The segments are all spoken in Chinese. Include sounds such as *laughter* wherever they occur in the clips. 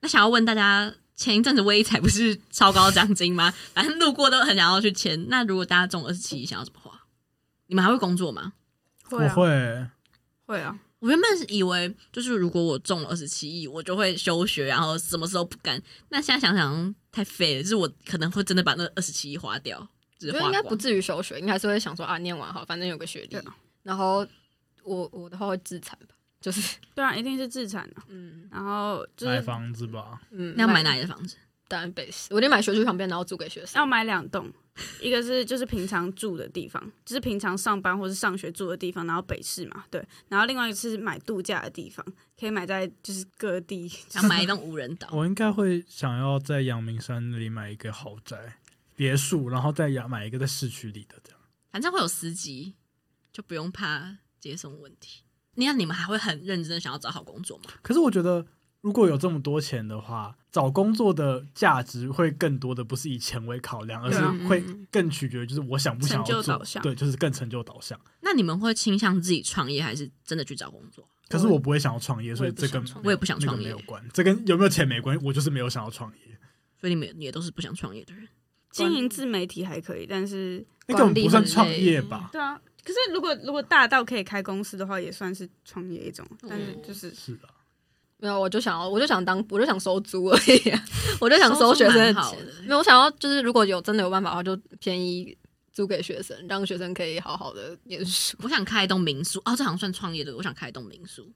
那想要问大家，前一阵子威才不是超高奖金吗？ *laughs* 反正路过都很想要去签。那如果大家中二十七，想要怎么花？你们还会工作吗？我啊会，会啊，我原本是以为，就是如果我中了二十七亿，我就会休学，然后什么事都不干。那现在想想，太废了，就是我可能会真的把那二十七亿花掉，就是我觉得花应该不光。至于休学，应该是会想说啊，念完好，反正有个学历对。啊然后我我的话会自残吧，就是对啊，一定是自产的、嗯然后就买是哦房子吧， *laughs* 嗯，那要买哪啊里的 *laughs* 房子？当然北师，我就买学区旁边，然后租给学要生。买两栋，一个是就是平常住的地方，就是平常上班或是上学住的地方，然后北市嘛，对。然后另外一个是买度假的地方，可以买在就是各地。想买一栋无人岛？我应该会想要在阳明山那里买一个豪宅别墅，然后再养买一个在市区里的这样。反正会有司机，就不用怕接送问题。那你们还会很认真的想要找好工作吗？可是我觉得，如果有这么多钱的话，找工作的价值会更多的不是以钱为考量，而对是啊嗯会更取决于就是我想不想成就要做导，向对，就是更成就导向。那你们会倾向自己创业，还是真的去找工作？可是我不会想要创业，所我也以不这个想创业我也不想创业那个没有关，这跟有没有钱没关系，我就是没有想要创业，所以你们也都是不想创业 *laughs* 的人。经营自媒体还可以，但是那根管本理不算很创累业吧？对啊，可是如果如果大到可以开公司的话，也算是创业一种，但是就是。是啊，没有，我就想要，我就想当，我就想收租而已啊、我就想收学生收的租蛮好钱的。没有，我想要就是如果有真的有办法的话，就便宜租给学生，让学生可以好好的念书。我想开一栋民宿，哦，这好像算创业的。我想开一栋民宿。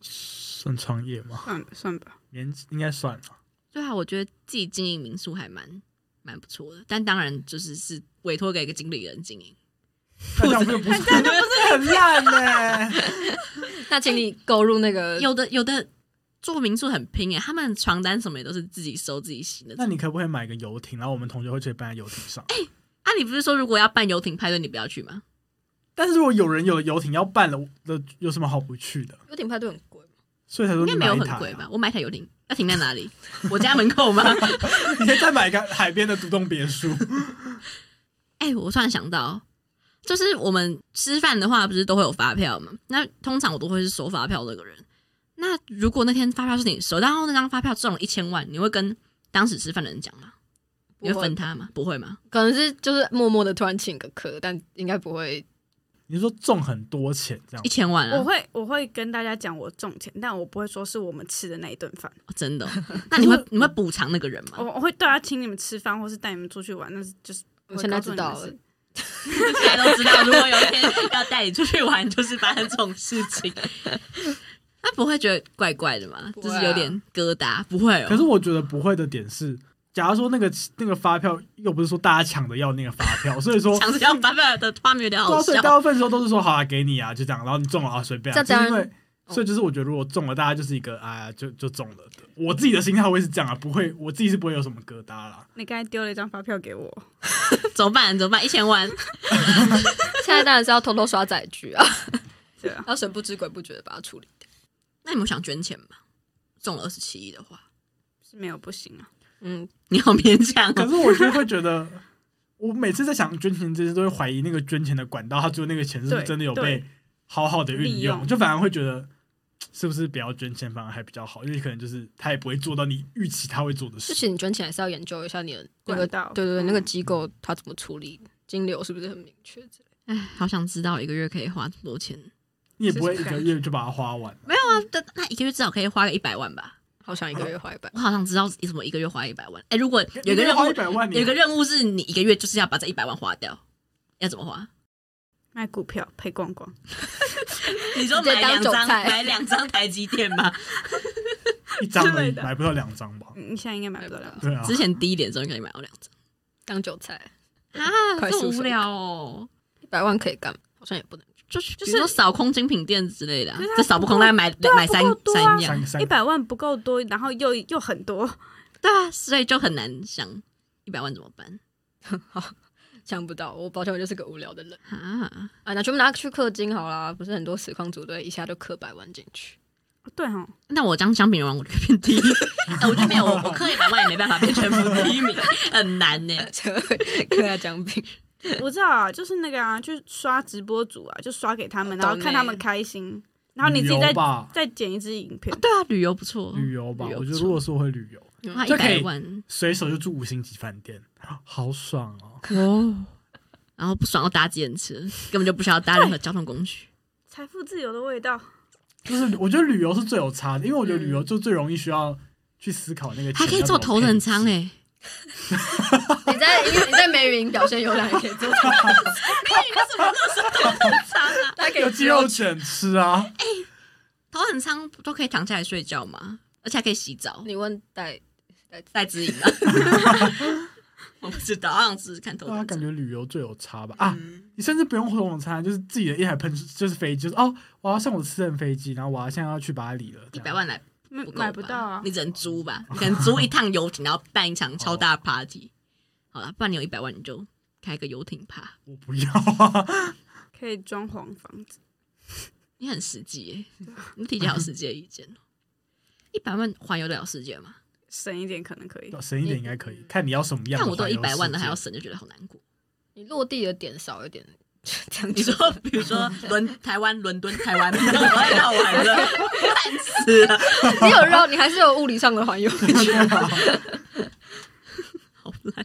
算创业吗？算算吧，年应该算吧。对啊，我觉得自己经营民宿还蛮蛮不错的，但当然就是是委托给一个经理人经营。那这样就不是，这样不是很烂呢、那请你购入那个，哎有的有的做民宿很拼欸诶，他们床单什么也都是自己收自己洗的。 *laughs* 那你可不可以买个游艇，然后我们同学会去搬在游艇上？啊，你不是说如果要办游艇派对，你不要去吗？但是如果有人有了游艇要办了，那有什么好不去的？有点派对很贵，所以才说应该你没买有一很台、贵啊，吧？我买一台游艇，要停在哪里？我家门口吗？ *laughs* 你可以再买一个海边的独栋别墅。哎、我突然想到，就是我们吃饭的话，不是都会有发票吗？那通常我都会是收发票那个人。那如果那天发票是你收，然后那张发票中了一千万，你会跟当时吃饭的人讲吗？你不会会分他吗？不会吗？可能是就是默默的突然请个客，但应该不会。你说中很多钱这样一，千万啊！我会我会跟大家讲我中钱，但我不会说是我们吃的那一顿饭，哦真的哦、那你会你会补偿那个人我吗？我会对他请你们吃饭，或是带你们出去玩，那是就是我现在知道我会告诉了你们， *laughs* 大家都知道，如果有一天要带你出去玩，就是发生这种事情，那不会觉得怪怪的吗？不就会啊是有点疙瘩，不会哦。可是我觉得不会的点是，假如说那个那个发票又不是说大家抢着要那个发票，所以说。想要发票的画面有点对好啊，所以笑。大部分时候都是说好啊，给你啊，就这样，然后你中了啊，随便、啊。这就是因当然为，所以就是我觉得如果中了，大家就是一个哎呀，就就中了的。我自己的心态会是这样啊，不会，我自己是不会有什么疙瘩啦。 *laughs* 你刚才丢了一张发票给我，怎么办？怎么办？一千万，现在当然是要偷偷刷载具啊，对啊，要神不知鬼不觉的把它处理掉。那你们想捐钱吗？中了二十七亿的话，是没有不行啊。嗯，你好勉强可哦。是我就会觉得，我每次在想捐钱这些，都会怀疑那个捐钱的管道，他最后那个钱是不是对真的有对被好好的运利用用，就反而会觉得是不是不要捐钱反而还比较好，因为可能就是他也不会做到你预期他会做的就事。是你捐钱还是要研究一下你的那个管道对对对，嗯那个机构它怎么处理，金流是不是很明确之类的？哎，好想知道一个月可以花多少钱。你也不会是这一个个感月就把它花完。没有啊，但那一个月至少可以花个一百万吧。好想一个月花一百，我好想知道怎么一个月花一百万。哎，如果有一个你任花务一，百万，有一个你任务是你一个月就是要把这一百万花掉，要怎么花？卖股票赔光光，你说直接买当两韭张菜买两张台积电吗？一张之而已类的买不到两张吧？嗯你现在应 *laughs* 该买不到了。对啊， *laughs* 之前低一点的时候可以买到两张当韭菜，啊快这速么无手聊哦。一百万可以干嘛？好像也不能。就是就就是是扫空精品店之类的啊可是，它这扫不空大概买对啊买三不够多啊三样三，三一百万不够多，然后又又很多，对啊，所以就很难想一百万怎么办。想不到，我抱歉，我就是个无聊的人啊，啊！那全部拿去氪金好啦，不是很多实况组队一下就氪百万进去， *laughs* 对哦，那我当姜饼人王，我就变第一。 *laughs* 哎我就没有，我我刻一百万也没办法变全部第一名，很难呢。氪下奖品。我知道啊，就是那个啊，去刷直播主啊，就刷给他们，我然懂欸后看他们开心，然后你自己旅再游吧，再剪一支影片哦，对啊，旅游不错，旅游吧，旅游我觉得不如错果说会旅游，花一这可百以万随手就住五星级饭店，嗯好爽哦！哦，然后不爽要搭计程车，根本就不需要搭任何交通工具。财富自由的味道。就是我觉得旅游是最有差的，因为我觉得嗯旅游就最容易需要去思考那个钱还可以要坐怎头么等舱配置哎、 *laughs* 你在因为你在梅云表现优良，也可以做到。 *laughs* 梅云为什么都是头等舱啊？他有鸡肉卷 *laughs* 吃啊！头等舱不都可以躺下来睡觉吗？而且还可以洗 *laughs* 澡。你问戴戴戴之颖啊， *laughs* 我不知道，好想试试看头对啊，等感舱。觉旅游最有差吧？啊，嗯你甚至不用头等舱，就是自己的一台喷，就是飞机，就是哦，我要上我的私人飞机，然后我要现在要去巴黎了，一这样百万来买不够吧买不到啊！你只能租吧？你可能租一趟游艇，然后办一场超大 party。好了，不然你有一百万，你就开个游艇趴。我不要啊！ *laughs* 可以装潢房子，你很实际耶、你提前好实际的意见哦。一百万环游得了世界吗？省一点可能可以。省一点应该可以，看你要什么样的看嗯环游世界。我都一百万了，还 *laughs* 要省，就觉得好难过。你落地的点少一点， *laughs* 这样你你说，比如说伦台湾、 *laughs* 伦敦、台湾，太好玩 *laughs* 了，烂死了， *laughs* 你有绕，你还是有物理上的环游。好烂。